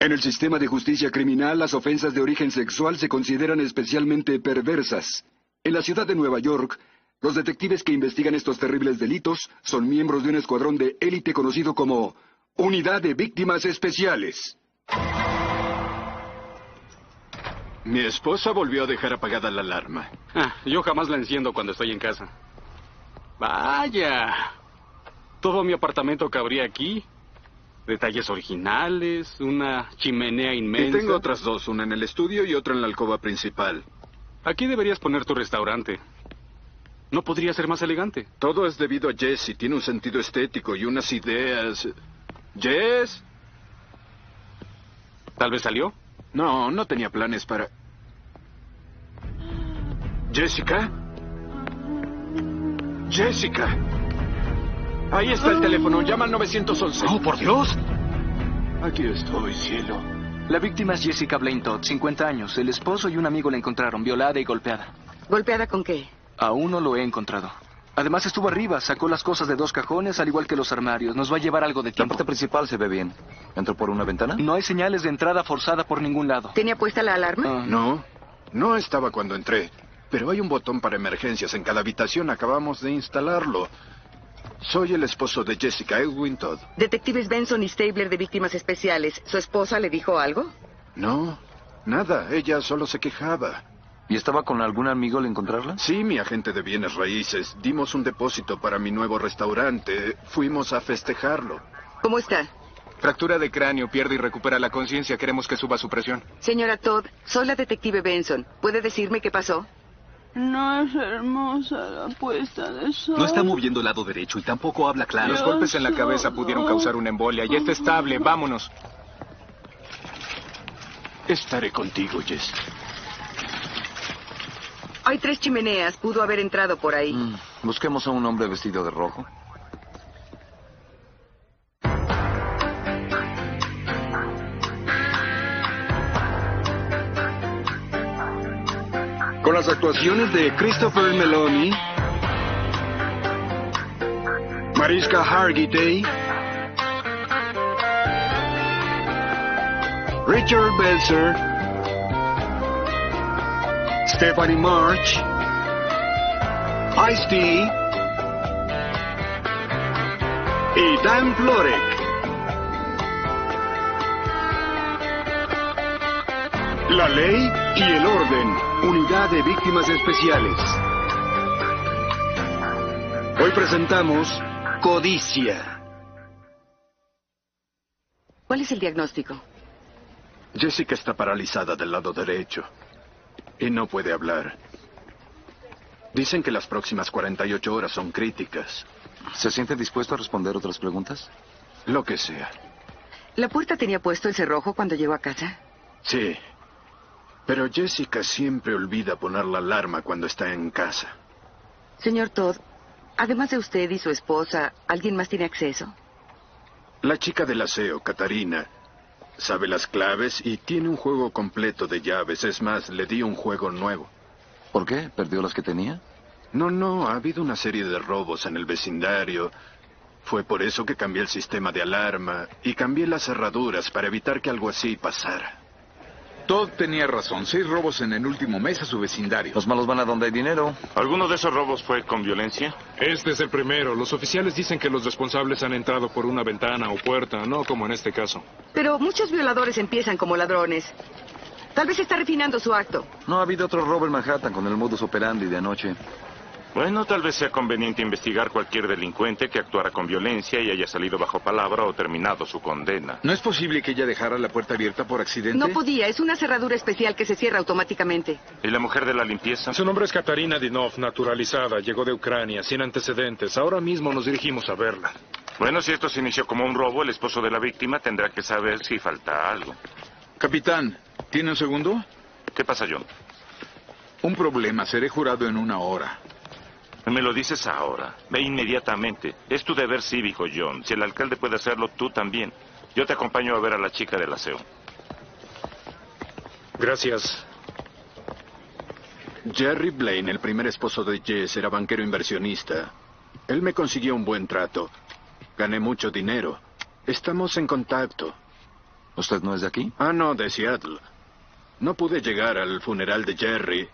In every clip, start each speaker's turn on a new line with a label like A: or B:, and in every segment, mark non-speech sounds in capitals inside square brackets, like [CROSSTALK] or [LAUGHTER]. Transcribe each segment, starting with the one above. A: En el sistema de justicia criminal, las ofensas de origen sexual se consideran especialmente perversas. En la ciudad de Nueva York, los detectives que investigan estos terribles delitos son miembros de un escuadrón de élite conocido como Unidad de Víctimas Especiales.
B: Mi esposa volvió a dejar apagada la alarma.
C: Ah, yo jamás la enciendo cuando estoy en casa. Vaya. Todo mi apartamento cabría aquí. Detalles originales, una chimenea
B: Y
C: inmensa.
B: tengo otras dos, una en el estudio y otra en la alcoba principal.
C: Aquí deberías poner tu restaurante. No podría ser más elegante.
B: Todo es debido a Jesse. Tiene un sentido estético y unas ideas. ¿Jess?
C: Tal vez salió.
B: No, no tenía planes para... ¿Jessica? Jessica. Ahí está el teléfono. Llama al 911.
C: ¡Oh, por Dios!
B: Aquí estoy, cielo.
D: La víctima es Jessica Blaine Todd, 50 años. El esposo y un amigo la encontraron violada y golpeada.
E: ¿Golpeada con qué?
D: Aún no lo he encontrado. Además estuvo arriba, sacó las cosas de dos cajones, al igual que los armarios. Nos va a llevar algo de
F: La
D: tiempo.
F: puerta principal se ve bien. ¿Entró por una ventana?
D: No hay señales de entrada forzada por ningún lado.
E: ¿Tenía puesta la alarma?
D: Ah,
B: No, no estaba cuando entré. Pero hay un botón para emergencias en cada habitación. Acabamos de instalarlo. Soy el esposo de Jessica Edwin Todd.
E: Detectives Benson y Stabler de Víctimas Especiales. ¿Su esposa le dijo algo?
B: No, nada. Ella solo se quejaba.
F: ¿Y estaba con algún amigo al encontrarla?
B: Sí, mi agente de bienes raíces. Dimos un depósito para mi nuevo restaurante. Fuimos a festejarlo.
E: ¿Cómo está?
G: Fractura de cráneo, pierde y recupera la conciencia. Queremos que suba su presión.
E: Señora Todd, soy la detective Benson. ¿Puede decirme qué pasó?
H: No es hermosa la puesta de sol.
I: No está moviendo el lado derecho y tampoco habla claro.
G: Los golpes en la cabeza pudieron causar
B: em-
G: una embolia y está estable. Vámonos.
B: Estaré contigo, Jess.
E: Hay tres chimeneas. Pudo haber entrado por ahí.
F: Mm, Busquemos a un hombre vestido de rojo.
A: Con las actuaciones de Christopher Meloni, Mariska Hargitay, Richard Belzer, Stephanie March, Ice-T y Dan Florek. La ley y el orden. Unidad de Víctimas Especiales. Hoy presentamos Codicia.
E: ¿Cuál es el diagnóstico?
B: Jessica está paralizada del lado derecho y no puede hablar. Dicen que las próximas 48 horas son críticas,
F: ¿Se siente dispuesto a responder otras preguntas?
B: lo que sea.
E: ¿La puerta tenía puesto el cerrojo cuando llegó a casa?
B: Sí. Pero Jessica siempre olvida poner la alarma cuando está en casa.
E: Señor Todd, además de usted y su esposa, ¿alguien más tiene acceso?
B: La chica del aseo, Katarina, sabe las claves y tiene un juego completo de llaves. Es más, le di un juego nuevo.
F: ¿Por qué? ¿Perdió las que tenía?
B: No, no, ha habido una serie de robos en el vecindario. Fue por eso que cambié el sistema de alarma y cambié las cerraduras para evitar que algo así pasara.
J: Todd tenía razón. Seis robos en el último mes a su vecindario.
F: Los malos van a donde hay dinero.
K: ¿Alguno de esos robos fue con violencia?
L: Este es el primero. Los oficiales dicen que los responsables han entrado por una ventana o puerta, no como en este caso.
E: Pero muchos violadores empiezan como ladrones. Tal vez está refinando su acto.
F: No ha habido otro robo en Manhattan con el modus operandi de anoche.
K: Bueno, tal vez sea conveniente investigar cualquier delincuente que actuara con violencia y haya salido bajo palabra o terminado su condena.
J: ¿No es posible que ella dejara la puerta abierta por accidente?
E: No podía, es una cerradura especial que se cierra automáticamente.
K: ¿Y la mujer de la limpieza?
L: Su nombre es Katarina Dinov, naturalizada, llegó de Ucrania, sin antecedentes. Ahora mismo nos dirigimos a verla.
K: Bueno, si esto se inició como un robo, el esposo de la víctima tendrá que saber si falta algo.
J: Capitán, ¿tiene un segundo?
K: ¿Qué pasa, John?
J: Un problema. Seré jurado en una hora.
K: Me lo dices ahora. Ve inmediatamente. Es tu deber cívico, John. Si el alcalde puede hacerlo, tú también. Yo te acompaño a ver a la chica del aseo.
L: Gracias.
B: Jerry Blaine, el primer esposo de Jess, era banquero inversionista. Él me consiguió un buen trato. Gané mucho dinero. Estamos en contacto.
F: ¿Usted no es de aquí?
B: Ah, no, de Seattle. No pude llegar al funeral de Jerry,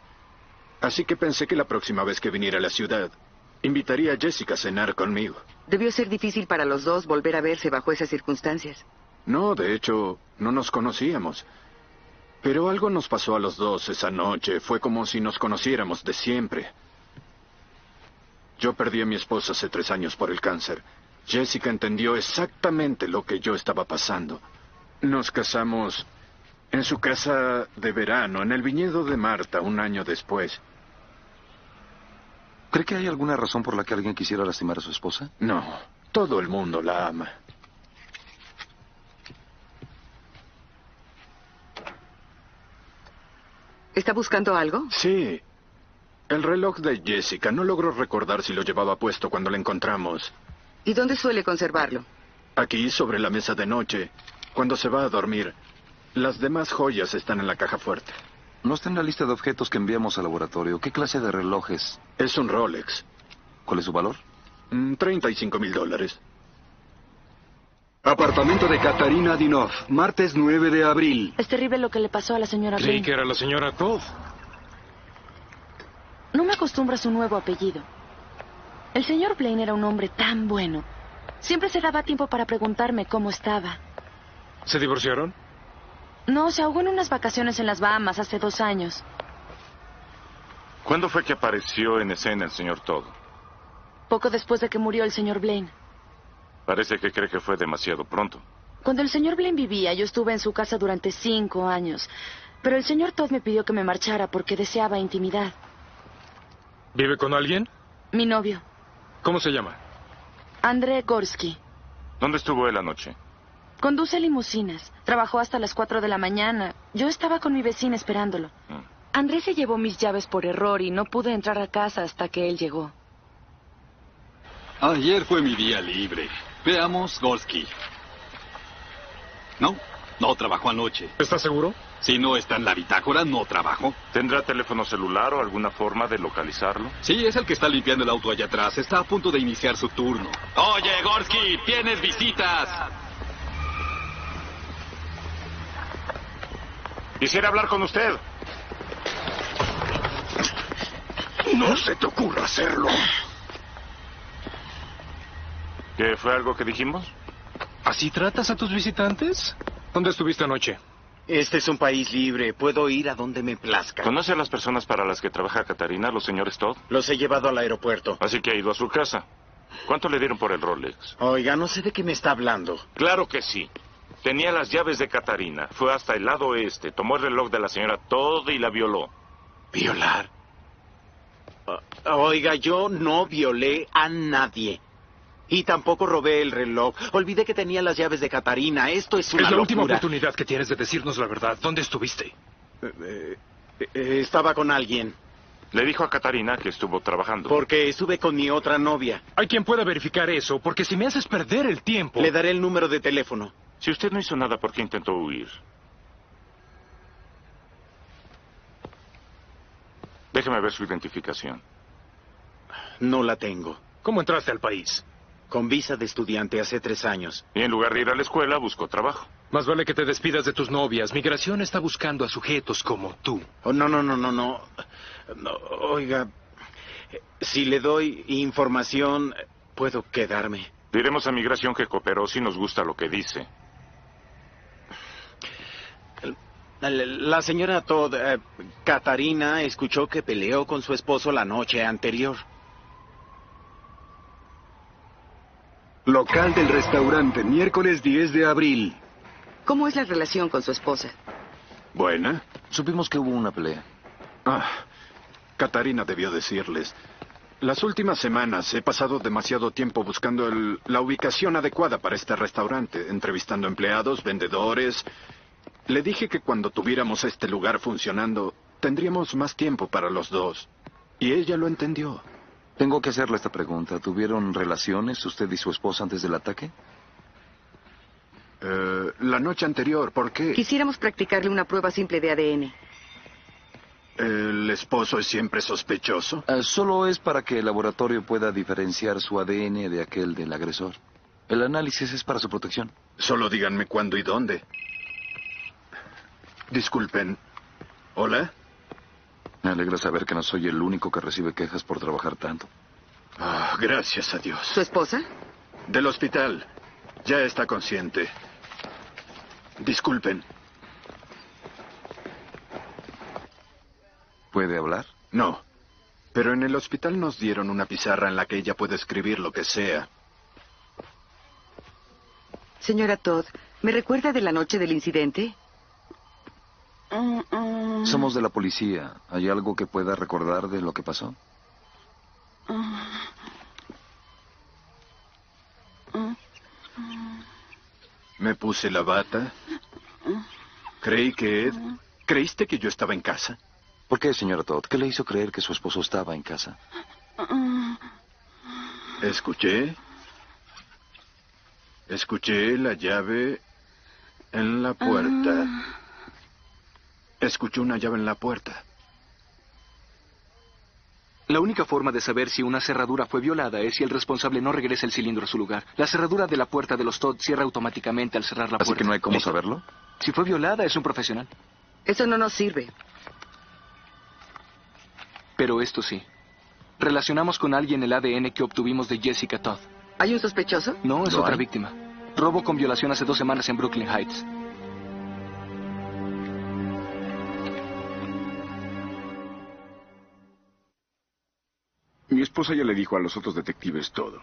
B: así que pensé que la próxima vez que viniera a la ciudad, invitaría a Jessica a cenar conmigo.
E: Debió ser difícil para los dos volver a verse bajo esas circunstancias.
B: No, de hecho, no nos conocíamos. Pero algo nos pasó a los dos esa noche. Fue como si nos conociéramos de siempre. Yo perdí a mi esposa hace tres años por el cáncer. Jessica entendió exactamente lo que yo estaba pasando. Nos casamos en su casa de verano, en el viñedo de Marta, un año después.
F: ¿Cree que hay alguna razón por la que alguien quisiera lastimar a su esposa?
B: No, todo el mundo la ama.
E: ¿Está buscando algo?
B: Sí. El reloj de Jessica. No logro recordar si lo llevaba puesto cuando la encontramos.
E: ¿Y dónde suele conservarlo?
B: Aquí, sobre la mesa de noche, cuando se va a dormir. Las demás joyas están en la caja fuerte.
F: No está en la lista de objetos que enviamos al laboratorio. ¿Qué clase de relojes?
B: Es un Rolex.
F: ¿Cuál es su valor?
B: Mm, 35 mil dólares.
A: Apartamento de Katarina Dinov, martes 9 de abril.
M: Es terrible lo que le pasó a la señora
L: Creí
N: Ah,
M: Green.
L: que era la señora Todd.
M: No me acostumbra a su nuevo apellido. El señor Blaine era un hombre tan bueno. Siempre se daba tiempo para preguntarme cómo estaba.
L: ¿Se divorciaron?
M: No, se ahogó en unas vacaciones en las Bahamas hace dos años.
K: ¿Cuándo fue que apareció en escena el señor Todd?
M: Poco después de que murió el señor Blaine.
K: Parece que cree que fue demasiado pronto.
M: Cuando el señor Blaine vivía, yo estuve en su casa durante cinco años. Pero el señor Todd me pidió que me marchara porque deseaba intimidad.
L: ¿Vive con alguien?
M: Mi novio,
L: ¿Cómo se llama?
M: André Gorsky,
K: ¿Dónde estuvo él anoche?
M: conduce limusinas. Trabajó hasta las cuatro de la mañana. Yo estaba con mi vecina esperándolo. André se llevó mis llaves por error y no pude entrar a casa hasta que él llegó.
I: Ayer fue mi día libre. Veamos Golski. No, no trabajó anoche.
L: ¿Estás seguro?
I: Si no está en la bitácora, no trabajo.
K: ¿Tendrá teléfono celular o alguna forma de localizarlo?
I: Sí, es el que está limpiando el auto allá atrás. Está a punto de iniciar su turno.
B: ¡Oh,
I: Oye, Gorsky, tienes visitas.
K: Quisiera hablar con usted.
B: No se te ocurra hacerlo.
K: ¿Qué fue algo que dijimos?
L: ¿Así tratas a tus visitantes? ¿Dónde estuviste anoche?
N: Este es un país libre. Puedo ir a donde me plazca.
K: ¿Conoce a las personas para las que trabaja Catarina, los señores Todd?
N: Los he llevado al aeropuerto.
K: Así que ha ido a su casa. ¿Cuánto le dieron por el Rolex?
N: Oiga, no sé de qué me está hablando.
K: Claro que sí. Tenía las llaves de Catarina. Fue hasta el lado este, tomó el reloj de la señora Todd y la violó.
N: ¿Violar? Ah, Oiga, yo no violé a nadie. Y tampoco robé el reloj. Olvidé que tenía las llaves de Catarina. Esto es una
L: es la última
N: locura.
L: oportunidad que tienes de decirnos la verdad. ¿Dónde estuviste?
N: Eh, eh, eh, estaba con alguien.
K: Le dijo a Catarina que estuvo trabajando.
N: Porque estuve con mi otra novia.
L: Hay quien pueda verificar eso, porque si me haces perder el tiempo...
N: Le daré el número de teléfono.
K: Si usted no hizo nada, ¿por qué intentó huir? Déjeme ver su identificación.
N: No la tengo.
L: ¿Cómo entraste al país?
N: Con visa de estudiante hace tres años.
K: Y en lugar de ir a la escuela, buscó trabajo.
L: Más vale que te despidas de tus novias. Migración está buscando a sujetos como tú.
N: Oh, no, no, no, no, no. No, Oiga, si le doy información, puedo quedarme.
K: Diremos a Migración que cooperó si nos gusta lo que dice.
N: La- La señora Todd, eh, Catarina, escuchó que peleó con su esposo la noche anterior.
A: Local del restaurante, miércoles 10 de abril.
E: ¿Cómo es la relación con su esposa?
B: Buena.
F: Supimos que hubo una pelea.
B: Ah, Catarina debió decirles. Las últimas semanas he pasado demasiado tiempo buscando el- la ubicación adecuada para este restaurante, entrevistando empleados, vendedores. Le dije que cuando tuviéramos este lugar funcionando, tendríamos más tiempo para los dos. Y ella lo entendió.
F: Tengo que hacerle esta pregunta. ¿Tuvieron relaciones usted y su esposa antes del ataque?
B: Eh, la noche anterior, ¿por qué?
E: Quisiéramos practicarle una prueba simple de ADN.
B: ¿El esposo es siempre sospechoso?
F: Eh, solo es para que el laboratorio pueda diferenciar su ADN de aquel del agresor. El análisis es para su protección.
B: Solo díganme cuándo y dónde. Disculpen. ¿Hola?
F: Me alegra saber que no soy el único que recibe quejas por trabajar tanto.
B: Ah, gracias a Dios.
E: ¿Su esposa?
B: Del hospital. Ya está consciente. Disculpen.
F: ¿Puede hablar?
B: No. Pero en el hospital nos dieron una pizarra en la que ella puede escribir lo que sea.
E: Señora Todd, ¿me recuerda de la noche del incidente?
H: Mm,
F: Somos de la policía. ¿Hay algo que pueda recordar de lo que pasó?
H: Mm, mm,
B: Me puse la bata. Creí que Ed... ¿Creíste que yo estaba en casa?
F: ¿Por qué, señora Todd? ¿Qué le hizo creer que su esposo estaba en casa?
H: mm.
B: Escuché. Escuché la llave en la puerta.
E: Ah.
B: Escuché una llave en la puerta.
D: La única forma de saber si una cerradura fue violada es si el responsable no regresa el cilindro a su lugar. La cerradura de la puerta de los Todd cierra automáticamente al cerrar la
F: Así
D: puerta.
F: que no hay cómo
D: Listo.
F: saberlo.
D: Si fue violada, es un profesional.
E: Eso no nos sirve.
D: Pero esto sí. Relacionamos con alguien el ADN que obtuvimos de Jessica Todd.
E: ¿Hay un sospechoso?
D: No, es
E: ¿Lo
D: otra
E: hay?
D: víctima. Robo con violación hace dos semanas en Brooklyn Heights.
O: Mi esposa ya le dijo a los otros detectives todo.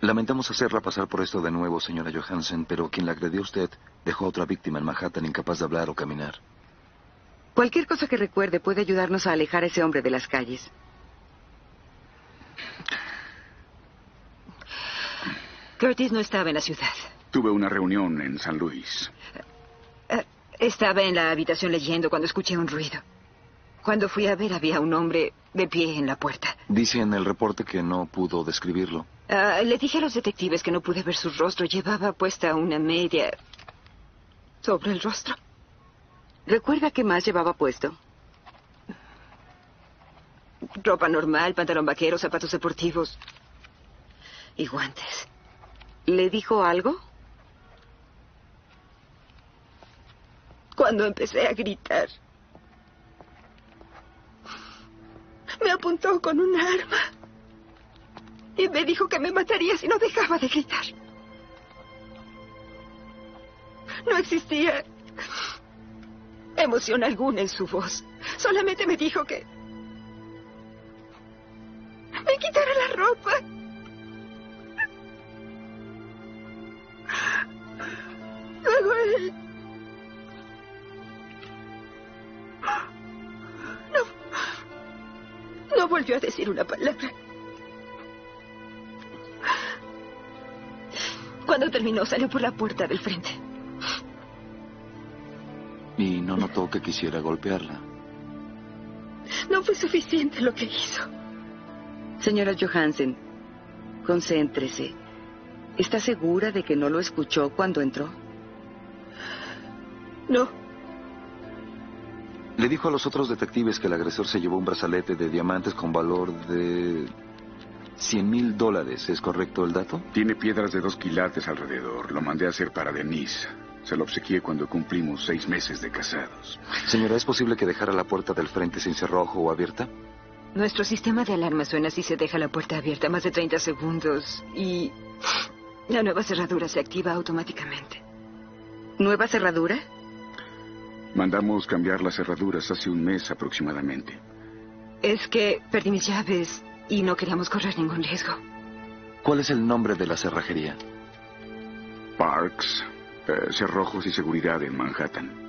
F: Lamentamos hacerla pasar por esto de nuevo, señora Johansen, pero quien la agredió a usted dejó a otra víctima en Manhattan incapaz de hablar o caminar.
E: Cualquier cosa que recuerde puede ayudarnos a alejar a ese hombre de las calles.
P: Curtis no estaba en la ciudad.
O: Tuve una reunión en San Luis.
P: Eh, Estaba en la habitación leyendo cuando escuché un ruido. Cuando fui a ver había un hombre de pie en la puerta.
F: Dice en el reporte que no pudo describirlo.
P: Ah, le dije a los detectives que no pude ver su rostro. Llevaba puesta una media sobre el rostro.
E: ¿Recuerda qué más llevaba puesto?
P: Ropa normal, pantalón vaquero, zapatos deportivos y guantes.
E: ¿Le dijo algo?
P: Cuando empecé a gritar, me apuntó con un arma y me dijo que me mataría si no dejaba de gritar. No existía emoción alguna en su voz. Solamente me dijo que me quitara la ropa. Luego él No volvió a decir una palabra. Cuando terminó, salió por la puerta del frente.
F: Y no notó que quisiera golpearla.
P: No fue suficiente lo que hizo.
E: Señora Johansen, concéntrese. ¿Está segura de que no lo escuchó cuando entró?
P: No.
F: Le dijo a los otros detectives que el agresor se llevó un brazalete de diamantes con valor de... 100 mil dólares. ¿Es correcto el dato?
O: Tiene piedras de dos quilates alrededor. Lo mandé a hacer para Denise. Se lo obsequié cuando cumplimos seis meses de casados.
F: Señora, ¿es posible que dejara la puerta del frente sin cerrojo o abierta?
P: Nuestro sistema de alarma suena si se deja la puerta abierta más de 30 segundos y la nueva cerradura se activa automáticamente.
E: ¿Nueva cerradura?
O: Mandamos cambiar las cerraduras hace un mes aproximadamente.
P: Es que perdí mis llaves y no queríamos correr ningún riesgo.
F: ¿Cuál es el nombre de la cerrajería?
O: Parks, eh, cerrojos y seguridad en Manhattan.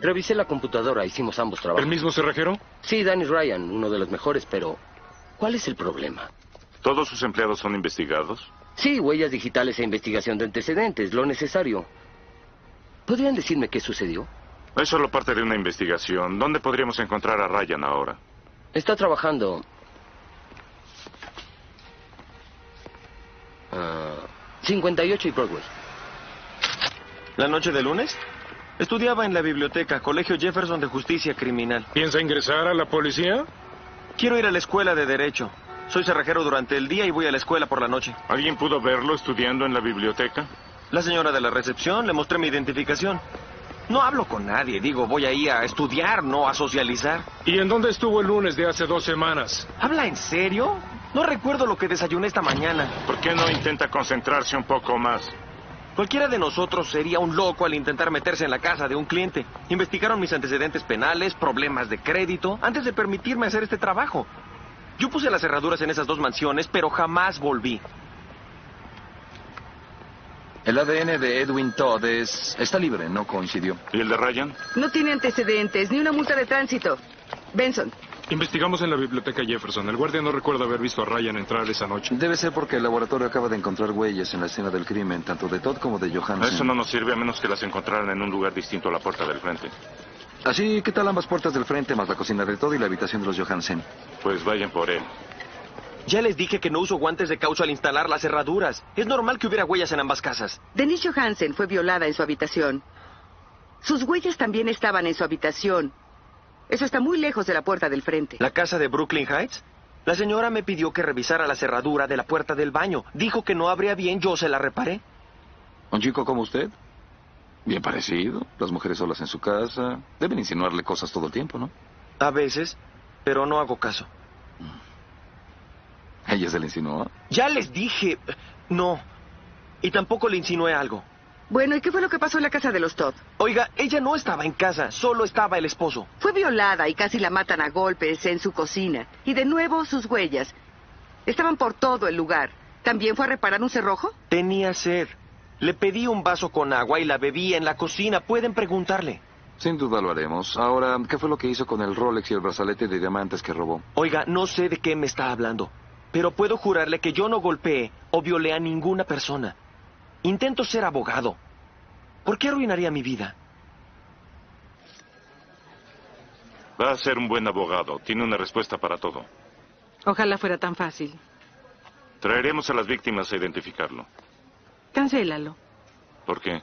Q: Revisé la computadora, hicimos ambos trabajos.
L: ¿El mismo cerrajero?
Q: Sí, Danny Ryan, uno de los mejores, pero ¿cuál es el problema?
K: ¿Todos sus empleados son investigados?
Q: Sí, huellas digitales e investigación de antecedentes, lo necesario. ¿Podrían decirme qué sucedió?
K: Es solo parte de una investigación. ¿Dónde podríamos encontrar a Ryan ahora?
Q: Está trabajando. Ah, 58 y Broadway.
R: ¿La noche de lunes? Estudiaba en la biblioteca, Colegio Jefferson de Justicia Criminal.
L: ¿Piensa ingresar a la policía?
R: Quiero ir a la escuela de Derecho. Soy cerrajero durante el día y voy a la escuela por la noche.
K: ¿Alguien pudo verlo estudiando en la biblioteca?
R: La señora de la recepción le mostré mi identificación. No hablo con nadie, digo, voy ahí a estudiar, no a socializar.
L: ¿Y en dónde estuvo el lunes de hace dos semanas?
R: ¿Habla en serio? No recuerdo lo que desayuné esta mañana.
K: ¿Por qué no intenta concentrarse un poco más?
R: Cualquiera de nosotros sería un loco al intentar meterse en la casa de un cliente. Investigaron mis antecedentes penales, problemas de crédito, antes de permitirme hacer este trabajo. Yo puse las cerraduras en esas dos mansiones, pero jamás volví.
F: El ADN de Edwin Todd es... está libre, no coincidió.
K: ¿Y el de Ryan?
E: No tiene antecedentes ni una multa de tránsito. Benson,
L: Investigamos en la biblioteca Jefferson. El guardia no recuerda haber visto a Ryan entrar esa noche.
F: Debe ser porque el laboratorio acaba de encontrar huellas en la escena del crimen, tanto de Todd como de Johansen.
K: Eso no nos sirve a menos que las encontraran en un lugar distinto a la puerta del frente.
F: Así, ¿qué tal ambas puertas del frente, más la cocina de Todd y la habitación de los Johansen?
K: Pues vayan por él.
R: Ya les dije que no uso guantes de caucho al instalar las cerraduras. Es normal que hubiera huellas en ambas casas.
E: Denise Johansen fue violada en su habitación. Sus huellas también estaban en su habitación. Eso está muy lejos de la puerta del frente.
R: ¿La casa de Brooklyn Heights? La señora me pidió que revisara la cerradura de la puerta del baño. Dijo que no abría bien, yo se la reparé.
F: ¿Un chico como usted? Bien parecido, las mujeres solas en su casa. Deben insinuarle cosas todo el tiempo, ¿no?
R: A veces, pero no hago caso.
F: ¿Ella se le insinuó?
R: Ya les dije, no. Y tampoco le insinué algo.
E: Bueno, ¿y qué fue lo que pasó en la casa de los Todd?
R: Oiga, ella no estaba en casa, solo estaba el esposo.
E: Fue violada y casi la matan a golpes en su cocina. Y de nuevo sus huellas. Estaban por todo el lugar. ¿También fue a reparar un cerrojo?
R: Tenía sed. Le pedí un vaso con agua y la bebí en la cocina. Pueden preguntarle.
F: Sin duda lo haremos. Ahora, ¿qué fue lo que hizo con el Rolex y el brazalete de diamantes que robó?
R: Oiga, no sé de qué me está hablando, pero puedo jurarle que yo no golpeé o violé a ninguna persona. Intento ser abogado. ¿Por qué arruinaría mi vida?
K: Va a ser un buen abogado. Tiene una respuesta para todo.
S: Ojalá fuera tan fácil.
K: Traeremos a las víctimas a identificarlo.
S: Cancélalo.
K: ¿Por qué?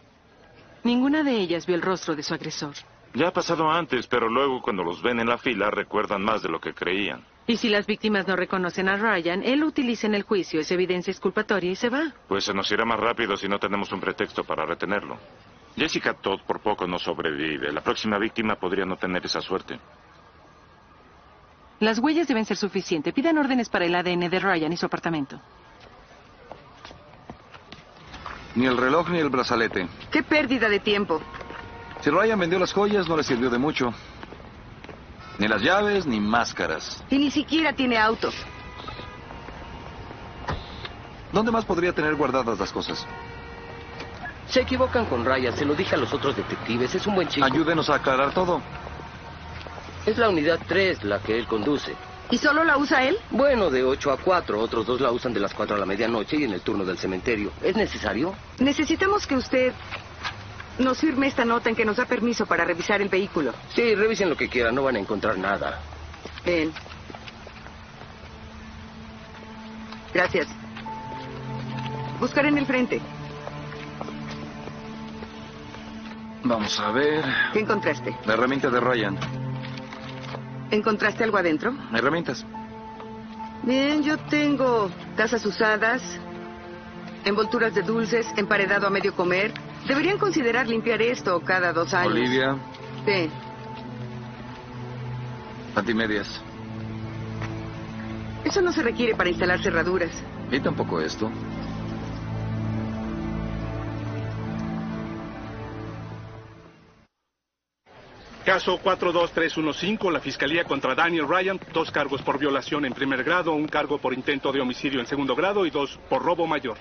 S: Ninguna de ellas vio el rostro de su agresor.
K: Ya ha pasado antes, pero luego cuando los ven en la fila recuerdan más de lo que creían.
S: Y si las víctimas no reconocen a Ryan, él utiliza en el juicio esa evidencia exculpatoria y se va.
K: Pues se nos irá más rápido si no tenemos un pretexto para retenerlo. Jessica Todd por poco no sobrevive. La próxima víctima podría no tener esa suerte.
S: Las huellas deben ser suficientes. Pidan órdenes para el ADN de Ryan y su apartamento.
F: Ni el reloj ni el brazalete.
E: ¡Qué pérdida de tiempo!
F: Si Ryan vendió las joyas, no le sirvió de mucho. Ni las llaves ni máscaras.
E: Y ni siquiera tiene auto.
F: ¿Dónde más podría tener guardadas las cosas?
Q: Se equivocan con Ryan, se lo dije a los otros detectives, es un buen chico.
F: Ayúdenos a aclarar todo.
Q: Es la unidad 3 la que él conduce.
E: ¿Y solo la usa él?
Q: Bueno, de 8 a 4, otros dos la usan de las 4 a la medianoche y en el turno del cementerio. ¿Es necesario?
E: Necesitamos que usted nos firme esta nota en que nos da permiso para revisar el vehículo.
Q: Sí, revisen lo que quieran, no van a encontrar nada.
E: Bien. Gracias. Buscar en el frente.
F: Vamos a ver.
E: ¿Qué encontraste?
F: La herramienta de Ryan.
E: ¿Encontraste algo adentro?
F: Herramientas.
E: Bien, yo tengo tazas usadas, envolturas de dulces, emparedado a medio comer. Deberían considerar limpiar esto cada dos años.
F: Olivia,
E: Sí.
F: antimedias.
E: Eso no se requiere para instalar cerraduras.
F: Y tampoco esto.
T: Caso 42315, la Fiscalía contra Daniel Ryan, dos cargos por violación en primer grado, un cargo por intento de homicidio en segundo grado y dos por robo mayor.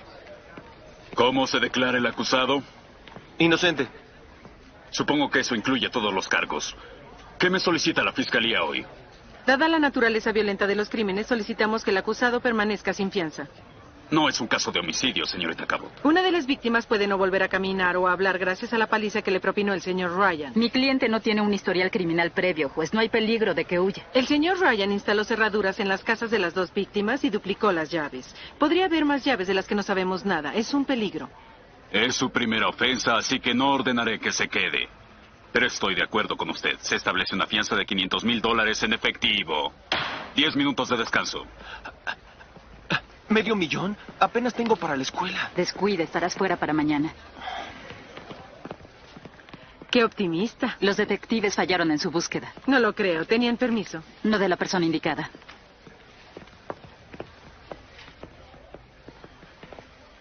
I: ¿Cómo se declara el acusado?
R: Inocente.
I: Supongo que eso incluye todos los cargos. ¿Qué me solicita la fiscalía hoy?
S: Dada la naturaleza violenta de los crímenes, solicitamos que el acusado permanezca sin fianza.
I: No es un caso de homicidio, señorita Cabot.
S: Una de las víctimas puede no volver a caminar o a hablar gracias a la paliza que le propinó el señor Ryan.
U: Mi cliente no tiene un historial criminal previo, pues no hay peligro de que huya.
S: El señor Ryan instaló cerraduras en las casas de las dos víctimas y duplicó las llaves. Podría haber más llaves de las que no sabemos nada. Es un peligro.
I: Es su primera ofensa, así que no ordenaré que se quede. Pero estoy de acuerdo con usted. Se establece una fianza de 500 mil dólares en efectivo. Diez minutos de descanso.
R: ¿Medio millón? Apenas tengo para la escuela.
U: Descuida, estarás fuera para mañana.
S: Qué optimista.
U: Los detectives fallaron en su búsqueda.
S: No lo creo. Tenían permiso.
U: No de la persona indicada.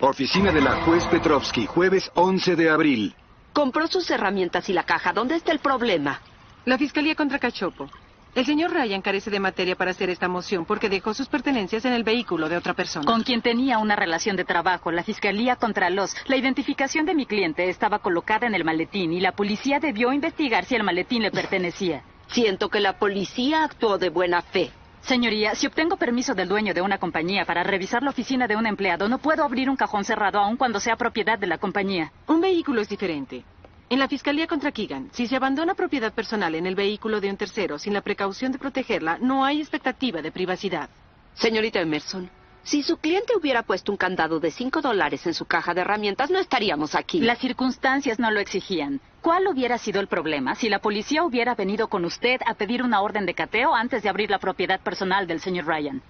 C: Oficina de la juez Petrovsky, jueves 11 de abril.
V: Compró sus herramientas y la caja. ¿Dónde está el problema?
S: La fiscalía contra Cachopo. El señor Ryan carece de materia para hacer esta moción porque dejó sus pertenencias en el vehículo de otra persona.
U: Con quien tenía una relación de trabajo, la fiscalía contra los. La identificación de mi cliente estaba colocada en el maletín y la policía debió investigar si el maletín le pertenecía.
V: Siento que la policía actuó de buena fe.
U: Señoría, si obtengo permiso del dueño de una compañía para revisar la oficina de un empleado, no puedo abrir un cajón cerrado aun cuando sea propiedad de la compañía.
S: Un vehículo es diferente. En la Fiscalía contra Keegan, si se abandona propiedad personal en el vehículo de un tercero sin la precaución de protegerla, no hay expectativa de privacidad.
V: Señorita Emerson, si su cliente hubiera puesto un candado de 5 dólares en su caja de herramientas, no estaríamos aquí.
U: Las circunstancias no lo exigían. ¿Cuál hubiera sido el problema si la policía hubiera venido con usted a pedir una orden de cateo antes de abrir la propiedad personal del señor Ryan?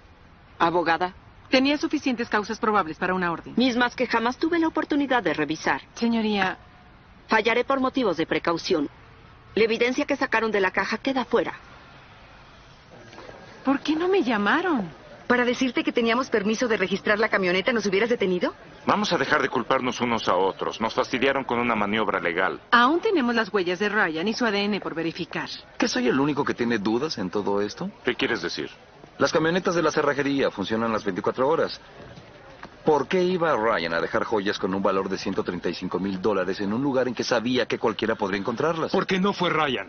V: Abogada,
S: Tenía suficientes causas probables para una orden.
V: mismas que jamás tuve la oportunidad de revisar.
S: Señoría,
V: Fallaré por motivos de precaución. La evidencia que sacaron de la caja queda fuera.
S: ¿por qué no me llamaron?
E: ¿Para decirte que teníamos permiso de registrar la camioneta nos hubieras detenido?
K: Vamos a dejar de culparnos unos a otros. Nos fastidiaron con una maniobra legal.
S: Aún tenemos las huellas de Ryan y su ADN por verificar.
W: ¿Que soy el único que tiene dudas en todo esto?
K: ¿Qué quieres decir?
W: Las camionetas de la cerrajería funcionan las 24 horas. ¿Por qué iba Ryan a dejar joyas con un valor de 135 mil dólares en un lugar en que sabía que cualquiera podría encontrarlas?
L: Porque no fue Ryan.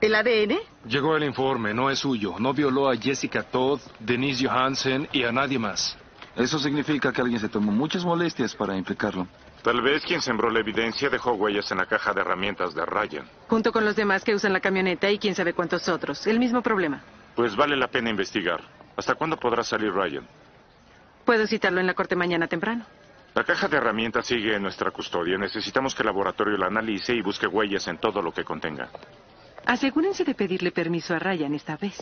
E: ¿El ADN?
L: Llegó el informe, no es suyo. No violó a Jessica Todd, Denise Johansen y a nadie más.
F: Eso significa que alguien se tomó muchas molestias para implicarlo.
K: Tal vez quien sembró la evidencia dejó huellas en la caja de herramientas de Ryan.
S: Junto con los demás que usan la camioneta y quién sabe cuántos otros. El mismo problema.
K: Pues vale la pena investigar. ¿Hasta cuándo podrá salir Ryan?
S: Puedo citarlo en la corte mañana temprano.
K: La caja de herramientas sigue en nuestra custodia. Necesitamos que el laboratorio la analice y busque huellas en todo lo que contenga.
S: Asegúrense de pedirle permiso a Ryan esta vez.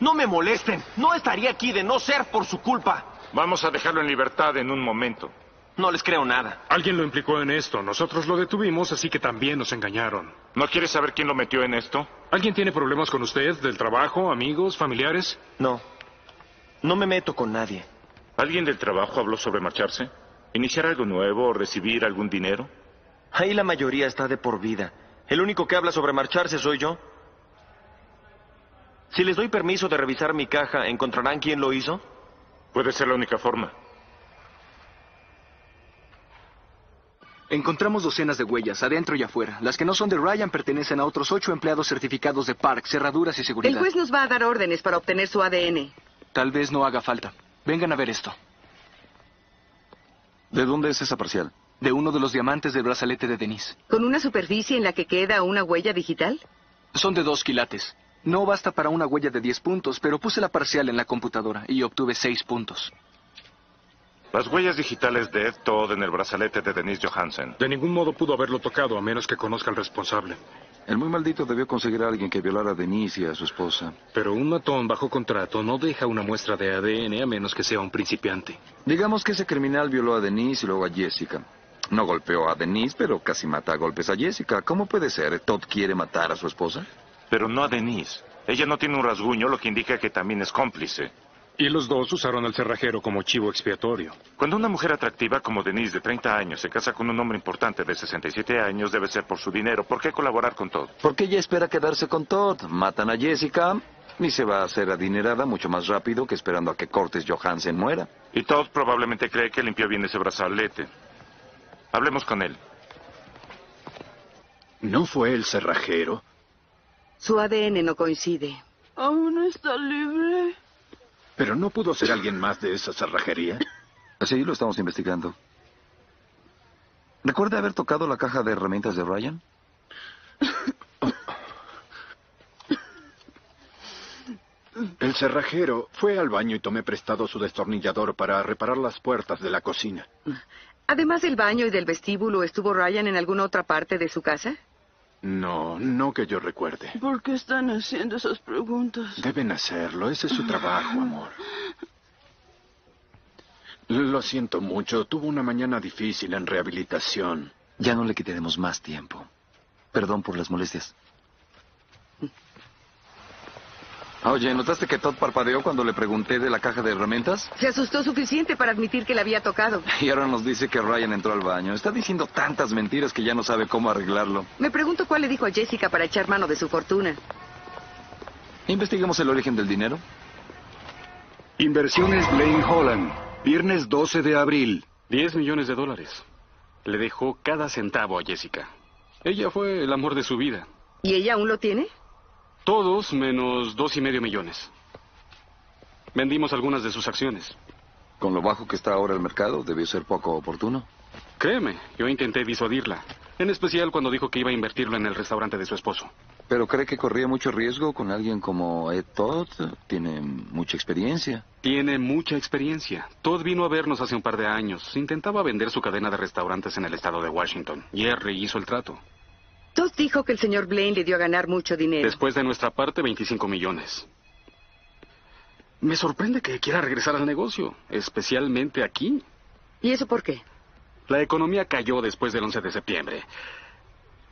R: No me molesten. No estaría aquí de no ser por su culpa.
K: Vamos a dejarlo en libertad en un momento.
R: No les creo nada.
L: Alguien lo implicó en esto. Nosotros lo detuvimos, así que también nos engañaron.
K: ¿No quieres saber quién lo metió en esto?
L: ¿Alguien tiene problemas con usted? ¿Del trabajo? ¿Amigos? ¿Familiares?
R: No. No me meto con nadie.
K: ¿Alguien del trabajo habló sobre marcharse? ¿Iniciar algo nuevo o recibir algún dinero?
R: Ahí la mayoría está de por vida. El único que habla sobre marcharse soy yo. Si les doy permiso de revisar mi caja, ¿encontrarán quién lo hizo?
K: Puede ser la única forma.
D: Encontramos docenas de huellas, adentro y afuera. Las que no son de Ryan pertenecen a otros ocho empleados certificados de Park, cerraduras y
E: El
D: seguridad.
E: juez nos va a dar órdenes para obtener su ADN.
D: Tal vez no haga falta. Vengan a ver esto.
F: ¿De dónde es esa parcial?
D: De uno de los diamantes del brazalete de Denise.
E: ¿Con una superficie en la que queda una huella digital?
D: Son de dos quilates. No basta para una huella de 10 puntos, pero puse la parcial en la computadora y obtuve 6 puntos.
K: Las huellas digitales de Ed Todd en el brazalete de Denise Johansen.
L: De ningún modo pudo haberlo tocado, a menos que conozca al responsable.
F: El muy maldito debió conseguir a alguien que violara a Denise y a su esposa.
L: Pero un matón bajo contrato no deja una muestra de ADN a menos que sea un principiante.
F: Digamos que ese criminal violó a Denise y luego a Jessica. No golpeó a Denise, pero casi mata a golpes a Jessica. ¿Cómo puede ser? ¿Todd quiere matar a su esposa?
K: Pero no a Denise. Ella no tiene un rasguño, lo que indica que también es cómplice.
L: Y los dos usaron al cerrajero como chivo expiatorio.
K: Cuando una mujer atractiva como Denise de 30 años se casa con un hombre importante de 67 años, debe ser por su dinero. ¿Por qué colaborar con Todd?
F: Porque ella espera quedarse con Todd. Matan a Jessica y se va a hacer adinerada mucho más rápido que esperando a que Cortes Johansen muera.
K: Y Todd probablemente cree que limpió bien ese brazalete. Hablemos con él.
B: ¿No fue el cerrajero?
E: Su ADN no coincide.
H: ¿Aún está libre?
B: ¿Pero no pudo ser alguien más de esa cerrajería?
F: Sí, lo estamos investigando. ¿Recuerda haber tocado la caja de herramientas de Ryan?
B: El cerrajero fue al baño y tomé prestado su destornillador para reparar las puertas de la cocina.
E: Además del baño y del vestíbulo, ¿estuvo Ryan en alguna otra parte de su casa?
B: No, no que yo recuerde.
H: ¿Por qué están haciendo esas preguntas?
B: Deben hacerlo, ese es su trabajo, amor. Lo siento mucho. Tuvo una mañana difícil en rehabilitación.
W: Ya no le quitaremos más tiempo. Perdón por las molestias.
F: Oye, ¿notaste que Todd parpadeó cuando le pregunté de la caja de herramientas?
E: Se asustó suficiente para admitir que la había tocado.
F: Y ahora nos dice que Ryan entró al baño. Está diciendo tantas mentiras que ya no sabe cómo arreglarlo.
E: Me pregunto cuál le dijo a Jessica para echar mano de su fortuna.
F: Investiguemos el origen del dinero.
A: Inversiones Blaine Holland, viernes 12 de abril.
T: 10 millones de dólares. Le dejó cada centavo a Jessica. Ella fue el amor de su vida.
E: ¿Y ella aún lo tiene?
T: Todos menos dos y medio millones. Vendimos algunas de sus acciones.
F: Con lo bajo que está ahora el mercado, debió ser poco oportuno.
T: Créeme, yo intenté disuadirla. En especial cuando dijo que iba a invertirlo en el restaurante de su esposo.
F: ¿Pero cree que corría mucho riesgo con alguien como Ed Todd? Tiene mucha experiencia.
T: Tiene mucha experiencia. Todd vino a vernos hace un par de años. Intentaba vender su cadena de restaurantes en el estado de Washington. Jerry hizo el trato.
E: Todd dijo que el señor Blaine le dio a ganar mucho dinero.
T: Después de nuestra parte, 25 millones. Me sorprende que quiera regresar al negocio, especialmente aquí.
E: ¿Y eso por qué?
T: La economía cayó después del 11 de septiembre.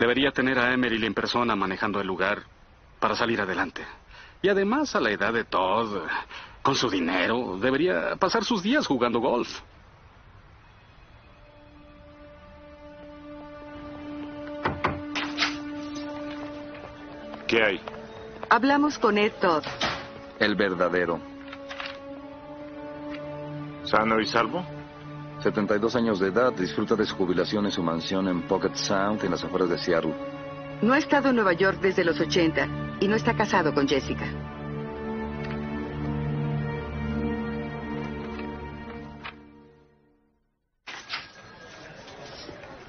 T: Debería tener a Emeril en persona manejando el lugar para salir adelante. Y además, a la edad de Todd, con su dinero, debería pasar sus días jugando golf.
K: ¿Qué hay?
E: Hablamos con Ed Todd.
F: El verdadero.
K: ¿Sano y salvo?
F: 72 años de edad, disfruta de su jubilación en su mansión en Pocket Sound, en las afueras de Seattle.
E: No ha estado en Nueva York desde los 80 y no está casado con Jessica.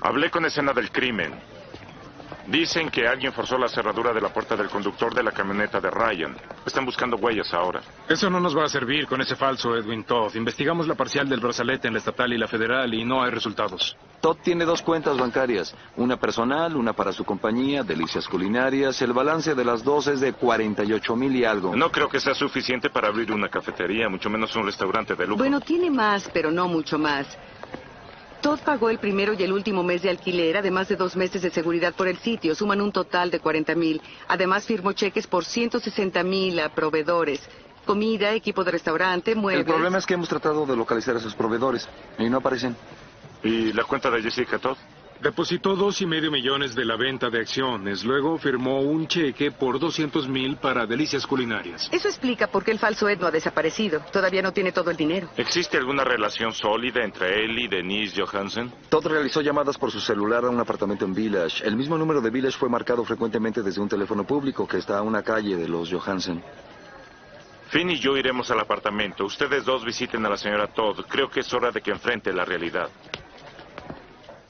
K: Hablé con escena del crimen. Dicen que alguien forzó la cerradura de la puerta del conductor de la camioneta de Ryan. Están buscando huellas ahora.
L: Eso no nos va a servir con ese falso Edwin Todd. Investigamos la parcial del brazalete en la estatal y la federal y no hay resultados.
W: Todd tiene dos cuentas bancarias, una personal, una para su compañía, delicias culinarias. El balance de las dos es de 48 mil y algo.
K: No creo que sea suficiente para abrir una cafetería, mucho menos un restaurante de lujo.
E: Bueno, tiene más, pero no mucho más. Todd pagó el primero y el último mes de alquiler, además de dos meses de seguridad por el sitio, suman un total de 40 mil. Además firmó cheques por 160 mil a proveedores. Comida, equipo de restaurante, muebles...
F: El problema es que hemos tratado de localizar a sus proveedores y no aparecen.
K: ¿Y la cuenta de Jessica Todd?
L: Depositó dos y medio millones de la venta de acciones. Luego firmó un cheque por 200 mil para delicias culinarias.
E: Eso explica por qué el falso Ed no ha desaparecido. Todavía no tiene todo el dinero.
K: ¿Existe alguna relación sólida entre él y Denise Johansen?
F: Todd realizó llamadas por su celular a un apartamento en Village. El mismo número de Village fue marcado frecuentemente desde un teléfono público que está a una calle de los Johansen.
K: Finn y yo iremos al apartamento. Ustedes dos visiten a la señora Todd. Creo que es hora de que enfrente la realidad.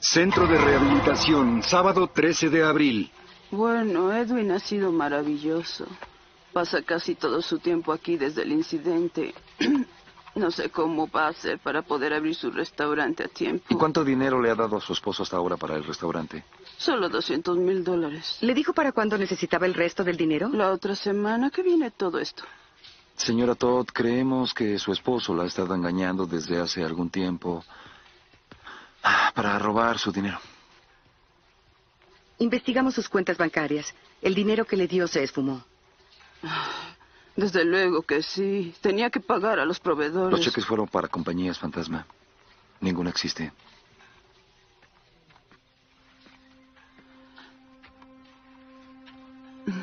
A: Centro de Rehabilitación, sábado 13 de abril.
H: Bueno, Edwin ha sido maravilloso. Pasa casi todo su tiempo aquí desde el incidente. [CLEARS THROAT] No sé cómo va a hacer para poder abrir su restaurante a tiempo.
F: ¿Y cuánto dinero le ha dado a su esposo hasta ahora para el restaurante?
H: Solo 200 mil dólares.
E: ¿Le dijo para cuándo necesitaba el resto del dinero?
H: La otra semana que viene todo esto.
F: Señora Todd, creemos que su esposo la ha estado engañando desde hace algún tiempo ah, para robar su dinero.
E: Investigamos sus cuentas bancarias. El dinero que le dio se esfumó.
H: Desde luego que sí. Tenía que pagar a los proveedores.
F: Los cheques fueron para compañías fantasma. Ninguna existe.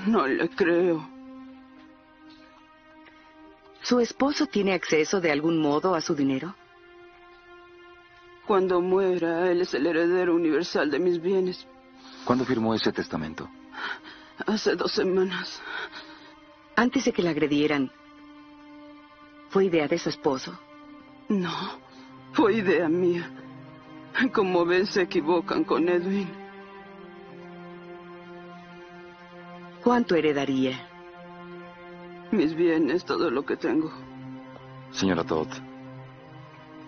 H: No
F: Eh,
H: le creo.
E: ¿Su esposo tiene acceso de algún modo a su dinero?
H: Cuando muera, él es el heredero universal de mis bienes.
F: ¿Cuándo firmó ese testamento?
H: Hace dos semanas.
E: Antes de que la agredieran, ¿fue idea de su esposo?
H: No, fue idea mía. Como ven, se equivocan con Edwin.
E: ¿Cuánto heredaría?
H: Mis bienes, todo lo que tengo.
F: Señora Todd,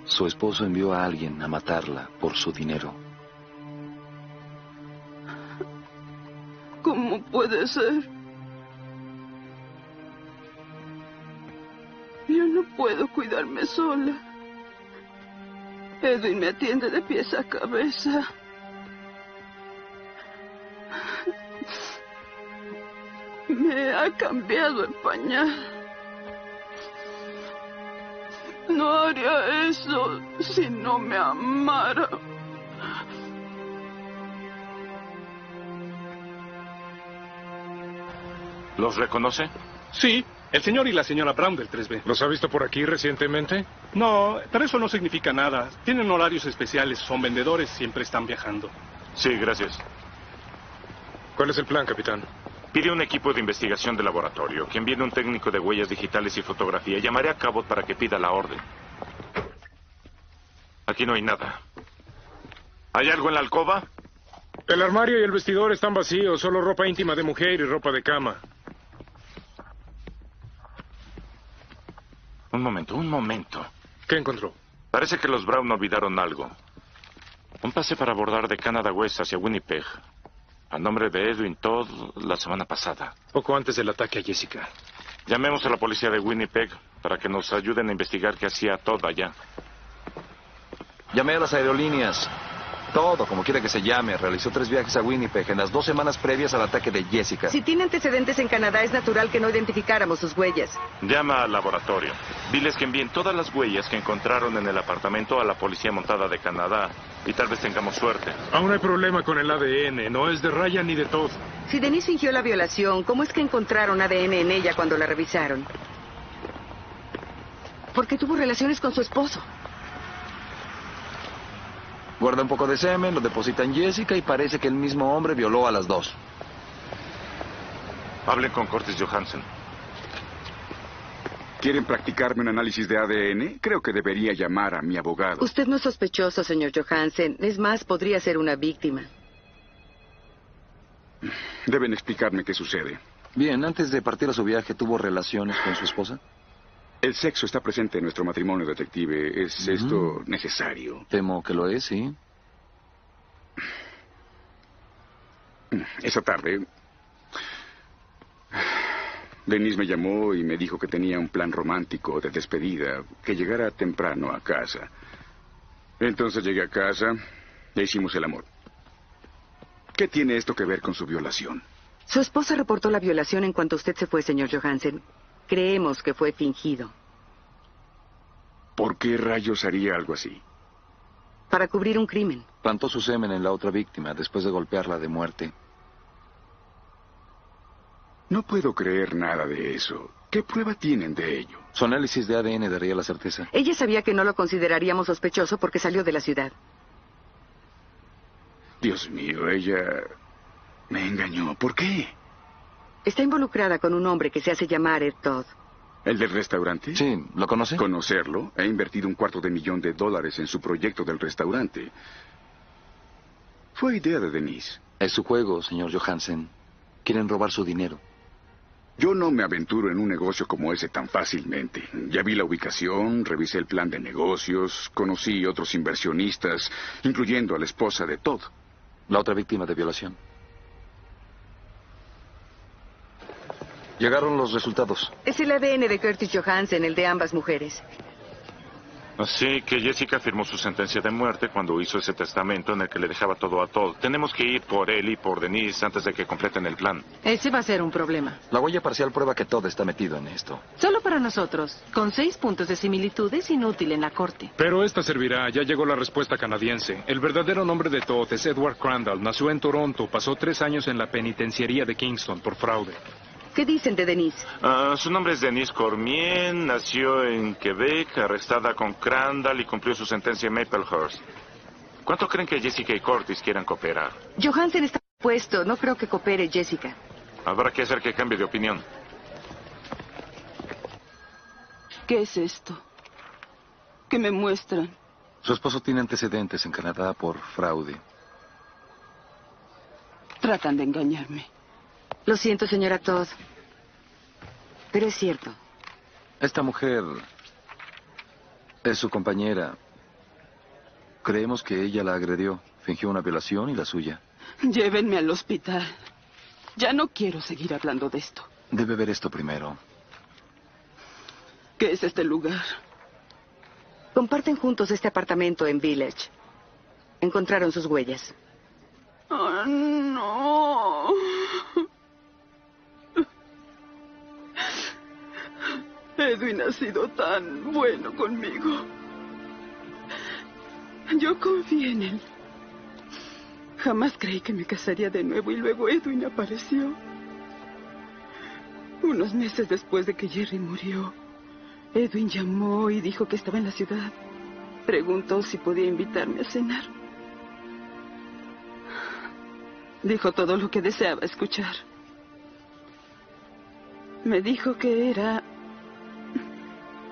F: su esposo envió a alguien a matarla por su dinero.
H: ¿Cómo puede ser? Yo no puedo cuidarme sola. Edwin me atiende de pies a cabeza. Me ha cambiado el pañal. No haría eso si no me amara.
K: ¿Los reconoce?
G: Sí, el señor y la señora Brown del 3B.
L: ¿Los ha visto por aquí recientemente?
G: No, pero eso no significa nada. Tienen horarios especiales, son vendedores, siempre están viajando.
K: Sí, gracias.
L: ¿Cuál es el plan, capitán?
K: Pide un equipo de investigación de laboratorio, quien viene un técnico de huellas digitales y fotografía. Llamaré a Cabot para que pida la orden. Aquí no hay nada. ¿Hay algo en la alcoba?
L: El armario y el vestidor están vacíos, solo ropa íntima de mujer y ropa de cama.
K: Un momento, un momento.
L: ¿Qué encontró?
K: Parece que los Brown olvidaron algo. Un pase para abordar de Canadá West hacia Winnipeg. A nombre de Edwin Todd la semana pasada.
L: Poco antes del ataque a Jessica.
K: Llamemos a la policía de Winnipeg para que nos ayuden a investigar qué hacía Todd allá.
W: Llamé a las aerolíneas. Todo, como quiera que se llame, realizó tres viajes a Winnipeg en las dos semanas previas al ataque de Jessica.
E: Si tiene antecedentes en Canadá, es natural que no identificáramos sus huellas.
K: Llama al laboratorio. Diles que envíen todas las huellas que encontraron en el apartamento a la policía montada de Canadá y tal vez tengamos suerte.
L: Aún hay problema con el ADN, no es de Ryan ni de Todd.
E: Si Denise fingió la violación, ¿cómo es que encontraron ADN en ella cuando la revisaron? Porque tuvo relaciones con su esposo.
W: Guarda un poco de semen, lo deposita en Jessica y parece que el mismo hombre violó a las dos.
K: Hablen con Cortis Johansen.
O: ¿Quieren practicarme un análisis de ADN? Creo que debería llamar a mi abogado.
E: Usted no es sospechoso, señor Johansen. Es más, podría ser una víctima.
O: Deben explicarme qué sucede.
W: Bien, antes de partir a su viaje, ¿tuvo relaciones con su esposa?
O: El sexo está presente en nuestro matrimonio, detective. ¿Es esto necesario?
W: Temo que lo es, sí.
O: Esa tarde, Denise me llamó y me dijo que tenía un plan romántico de despedida, que llegara temprano a casa. Entonces llegué a casa e hicimos el amor. ¿Qué tiene esto que ver con su violación?
E: Su esposa reportó la violación en cuanto usted se fue, señor Johansen. Creemos que fue fingido.
O: ¿Por qué rayos Pues haría algo así?
E: Para cubrir un crimen.
W: Plantó su semen en la otra víctima después de golpearla de muerte.
O: No puedo creer nada de eso. ¿Qué prueba tienen de ello?
W: Su análisis de ADN daría la certeza.
E: Ella sabía que no lo consideraríamos sospechoso porque salió de la ciudad.
O: Dios mío, ella me engañó. ¿Por qué?
E: Está involucrada con un hombre que se hace llamar Ed Todd.
O: ¿El del restaurante?
W: Sí, ¿lo conoce?
O: Conocerlo. He invertido un cuarto de millón de dólares en su proyecto del restaurante. Fue idea de Denise.
W: Es su juego, señor Johansen. Quieren robar su dinero.
O: Yo no me aventuro en un negocio como ese tan fácilmente. Ya vi la ubicación, revisé el plan de negocios, conocí otros inversionistas, incluyendo a la esposa de Todd.
W: La otra víctima de violación. Llegaron los resultados.
E: Es el ADN de Curtis Johansen, el de ambas mujeres.
K: Así que Jessica firmó su sentencia de muerte cuando hizo ese testamento en el que le dejaba todo a Todd. Tenemos que ir por él y por Denise antes de que completen el plan.
S: Ese va a ser un problema.
W: La huella parcial prueba que Todd está metido en esto.
S: Solo para nosotros. Con seis puntos de similitud es inútil en la corte.
L: Pero esta servirá, ya llegó la respuesta canadiense. El verdadero nombre de Todd es Edward Crandall. Nació en Toronto, pasó tres años en la penitenciaría de Kingston por fraude.
E: ¿Qué dicen de Denise?
K: Ah, su nombre es Denise Cormier, nació en Quebec, arrestada con Crandall y cumplió su sentencia en Maplehurst. ¿Cuánto creen que Jessica y Curtis quieran cooperar?
E: Johansen está puesto. No creo que coopere Jessica.
K: Habrá que hacer que cambie de opinión.
H: ¿Qué es esto? ¿Qué me muestran?
W: Su esposo tiene antecedentes en Canadá por fraude.
H: Tratan de engañarme.
E: Lo siento, señora Todd. Pero es cierto.
W: Esta mujer es su compañera. Creemos que ella la agredió. Fingió una violación y la suya.
H: Llévenme al hospital. Ya no quiero seguir hablando de esto.
W: Debe ver esto primero.
H: ¿Qué es este lugar?
E: Comparten juntos este apartamento en Village. Encontraron sus huellas.
H: Oh, no. Edwin ha sido tan bueno conmigo. Yo confié en él. Jamás creí que me casaría de nuevo y luego Edwin apareció. Unos meses después de que Jerry murió, Edwin llamó y dijo que estaba en la ciudad. Preguntó si podía invitarme a cenar. Dijo todo lo que deseaba escuchar. Me dijo que era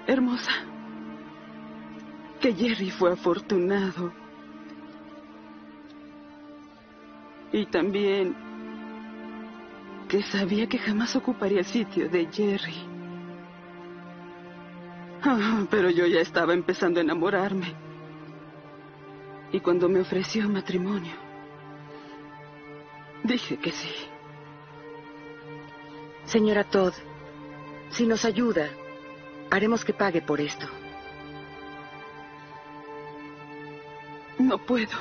H: hermosa. Que Jerry fue afortunado. Y también que sabía que jamás ocuparía el sitio de Jerry. Ah, pero yo ya estaba empezando a enamorarme. Y cuando me ofreció matrimonio, dije que sí.
E: Señora Todd, si nos ayuda, haremos que pague por esto.
H: No puedo.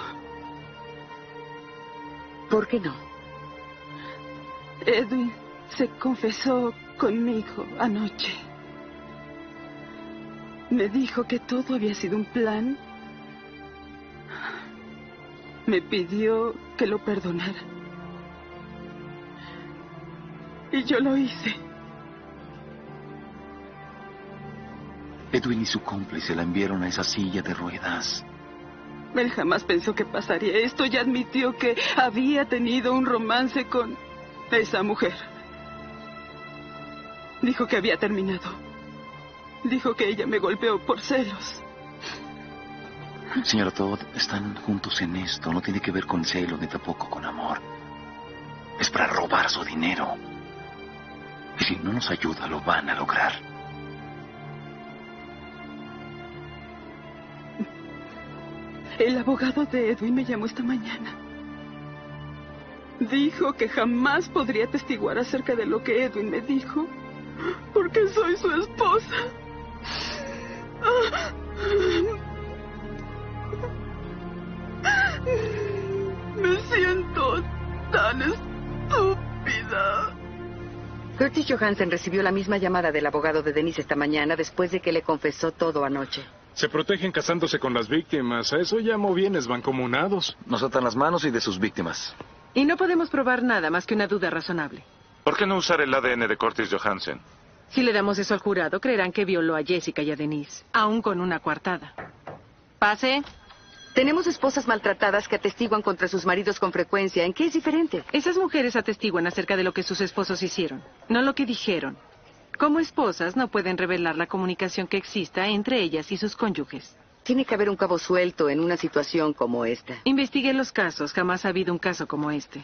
E: ¿Por qué no?
H: Edwin se confesó conmigo anoche. Me dijo que todo había sido un plan. Me pidió que lo perdonara. Y yo lo hice.
W: Edwin y su cómplice la enviaron a esa silla de ruedas.
H: Él jamás pensó que pasaría esto y admitió que había tenido un romance con esa mujer. Dijo que había terminado. Dijo que ella me golpeó por celos.
W: Señora Todd, están juntos en esto. No tiene que ver con celo ni tampoco con amor. Es para robar su dinero. Y si no nos ayuda, lo van a lograr.
H: El abogado de Edwin me llamó esta mañana. Dijo que jamás podría testiguar acerca de lo que Edwin me dijo, porque soy su esposa. Me siento tan estúpida.
E: Curtis Johansen recibió la misma llamada del abogado de Denise esta mañana después de que le confesó todo anoche.
L: Se protegen casándose con las víctimas. A eso llamo bienes bancomunados.
W: Nos atan las manos y de sus víctimas.
S: Y no podemos probar nada más que una duda razonable.
K: ¿Por qué no usar el ADN de Cortis Johansen?
S: Si le damos eso al jurado, creerán que violó a Jessica y a Denise, aún con una coartada. Pase.
E: Tenemos esposas maltratadas que atestiguan contra sus maridos con frecuencia. ¿En qué es diferente?
S: Esas mujeres atestiguan acerca de lo que sus esposos hicieron, no lo que dijeron. Como esposas, no pueden revelar la comunicación que exista entre ellas y sus cónyuges.
E: Tiene que haber un cabo suelto en una situación como esta.
S: Investigué los casos. Jamás ha habido un caso como este.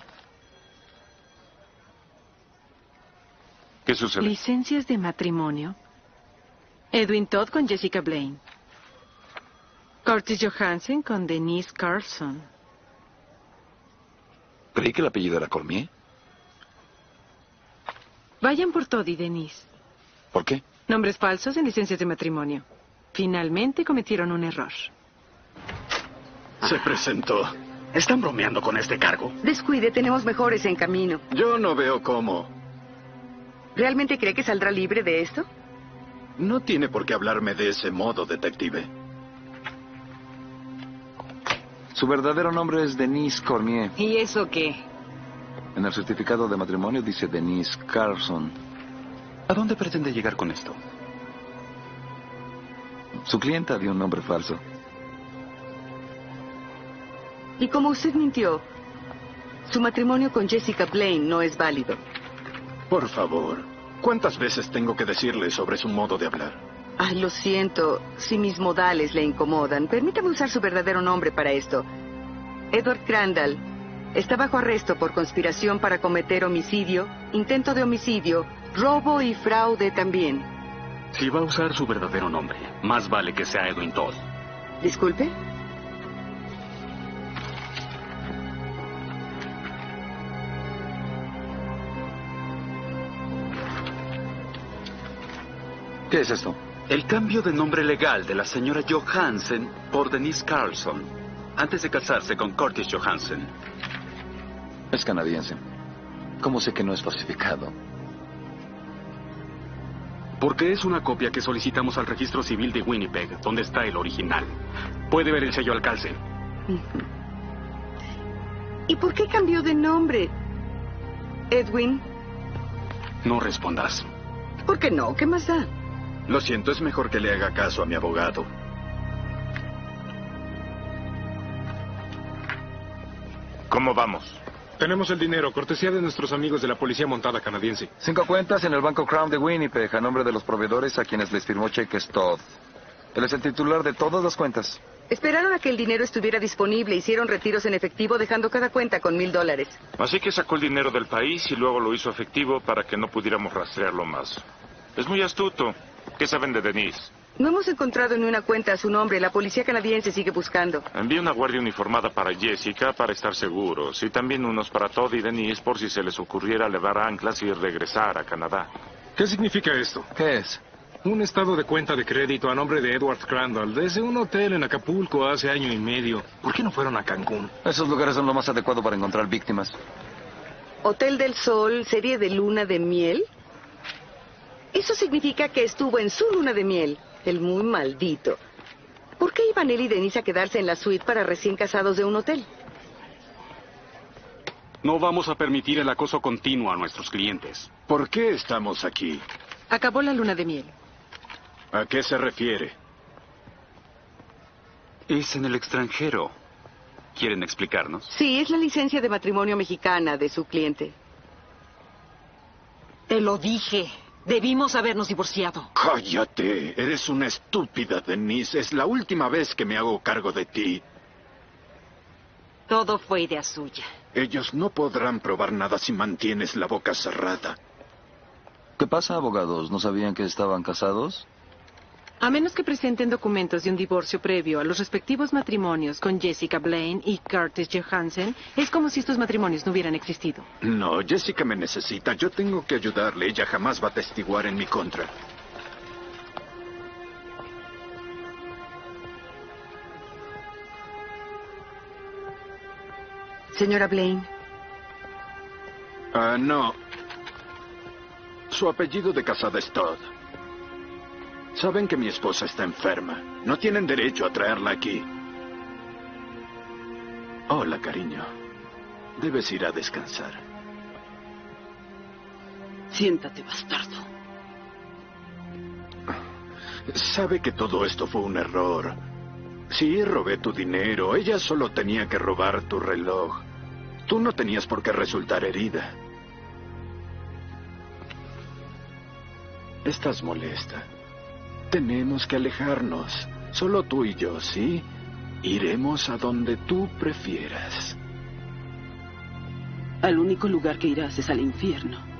K: ¿Qué sucede?
S: Licencias de matrimonio. Edwin Todd con Jessica Blaine. Curtis Johansen con Denise Carlson.
W: Creí que el apellido era Cormier.
S: Vayan por Todd y Denise.
W: ¿Por qué?
S: Nombres falsos en licencias de matrimonio. Finalmente cometieron un error.
B: Se presentó. ¿Están bromeando con este cargo?
E: Descuide, tenemos mejores en camino.
B: Yo no veo cómo.
E: ¿Realmente cree que saldrá libre de esto?
B: No tiene por qué hablarme de ese modo, detective.
W: Su verdadero nombre es Denise Cormier.
U: ¿Y eso qué?
W: En el certificado de matrimonio dice Denise Carlson.
B: ¿A dónde pretende llegar con esto?
W: Su clienta dio un nombre falso.
E: Y como usted mintió, su matrimonio con Jessica Blaine no es válido.
B: Por favor, ¿cuántas veces tengo que decirle sobre su modo de hablar?
E: Ay, lo siento, si mis modales le incomodan, permítame usar su verdadero nombre para esto. Edward Crandall está bajo arresto por conspiración para cometer homicidio, intento de homicidio, robo y fraude también.
T: Si va a usar su verdadero nombre, más vale que sea Edwin Todd.
E: Disculpe.
W: ¿Qué es esto?
T: El cambio de nombre legal de la señora Johansen por Denise Carlson, antes de casarse con Curtis Johansen.
F: Es canadiense. ¿Cómo sé que no es falsificado?
L: Porque es una copia que solicitamos al registro civil de Winnipeg, donde está el original. Puede ver el sello al calce.
E: ¿Y por qué cambió de nombre? Edwin,
B: No respondas.
E: ¿por qué no? ¿Qué más da?
B: Lo siento, es mejor que le haga caso a mi abogado.
K: ¿Cómo vamos?
L: Tenemos el dinero, cortesía de nuestros amigos de la Policía Montada Canadiense.
F: Cinco cuentas en el Banco Crown de Winnipeg a nombre de los proveedores a quienes les firmó cheques Todd. Él es el titular de todas las cuentas.
E: Esperaron a que el dinero estuviera disponible, hicieron retiros en efectivo dejando cada cuenta con mil dólares.
K: Así que sacó el dinero del país y luego lo hizo efectivo para que no pudiéramos rastrearlo más. Es muy astuto. ¿Qué saben de Denise?
E: No hemos encontrado ni una cuenta a su nombre, la policía canadiense sigue buscando.
K: Envié una guardia uniformada para Jessica para estar seguros y también unos para Todd y Denise por si se les ocurriera levar anclas y regresar a Canadá.
L: ¿Qué significa esto?
F: ¿Qué es?
L: Un estado de cuenta de crédito a nombre de Edward Crandall desde un hotel en Acapulco hace año y medio. ¿Por qué no fueron a Cancún?
F: Esos lugares son lo más adecuado para encontrar víctimas.
E: Hotel del Sol, serie de luna de miel. Eso significa que estuvo en su luna de miel, el muy maldito. ¿Por qué iban él y Denise a quedarse en la suite para recién casados de un hotel?
L: No vamos a permitir el acoso continuo a nuestros clientes.
B: ¿Por qué estamos aquí?
S: Acabó la luna de miel.
B: ¿A qué se refiere?
T: Es en el extranjero. ¿Quieren explicarnos?
E: Sí, es la licencia de matrimonio mexicana de su cliente.
H: Te lo dije. Debimos habernos divorciado.
B: Cállate. Eres una estúpida, Denise. Es la última vez que me hago cargo de ti.
H: Todo fue idea suya.
B: Ellos no podrán probar nada si mantienes la boca cerrada.
F: ¿Qué pasa, abogados? ¿No sabían que estaban casados?
S: A menos que presenten documentos de un divorcio previo a los respectivos matrimonios con Jessica Blaine y Curtis Johansen, es como si estos matrimonios no hubieran existido.
B: No, Jessica me necesita. Yo tengo que ayudarle. Ella jamás va a testiguar en mi contra.
E: Señora Blaine,
B: Ah, no. Su apellido de casada es Todd. Saben que mi esposa está enferma. No tienen derecho a traerla aquí. Hola, cariño. Debes ir a descansar.
H: Siéntate, bastardo.
B: Sabe que todo esto fue un error. Sí, robé tu dinero. Ella solo tenía que robar tu reloj. Tú no tenías por qué resultar herida. Estás molesta. Tenemos que alejarnos. Solo tú y yo, ¿sí? Iremos a donde tú prefieras.
H: Al único lugar que irás es al infierno.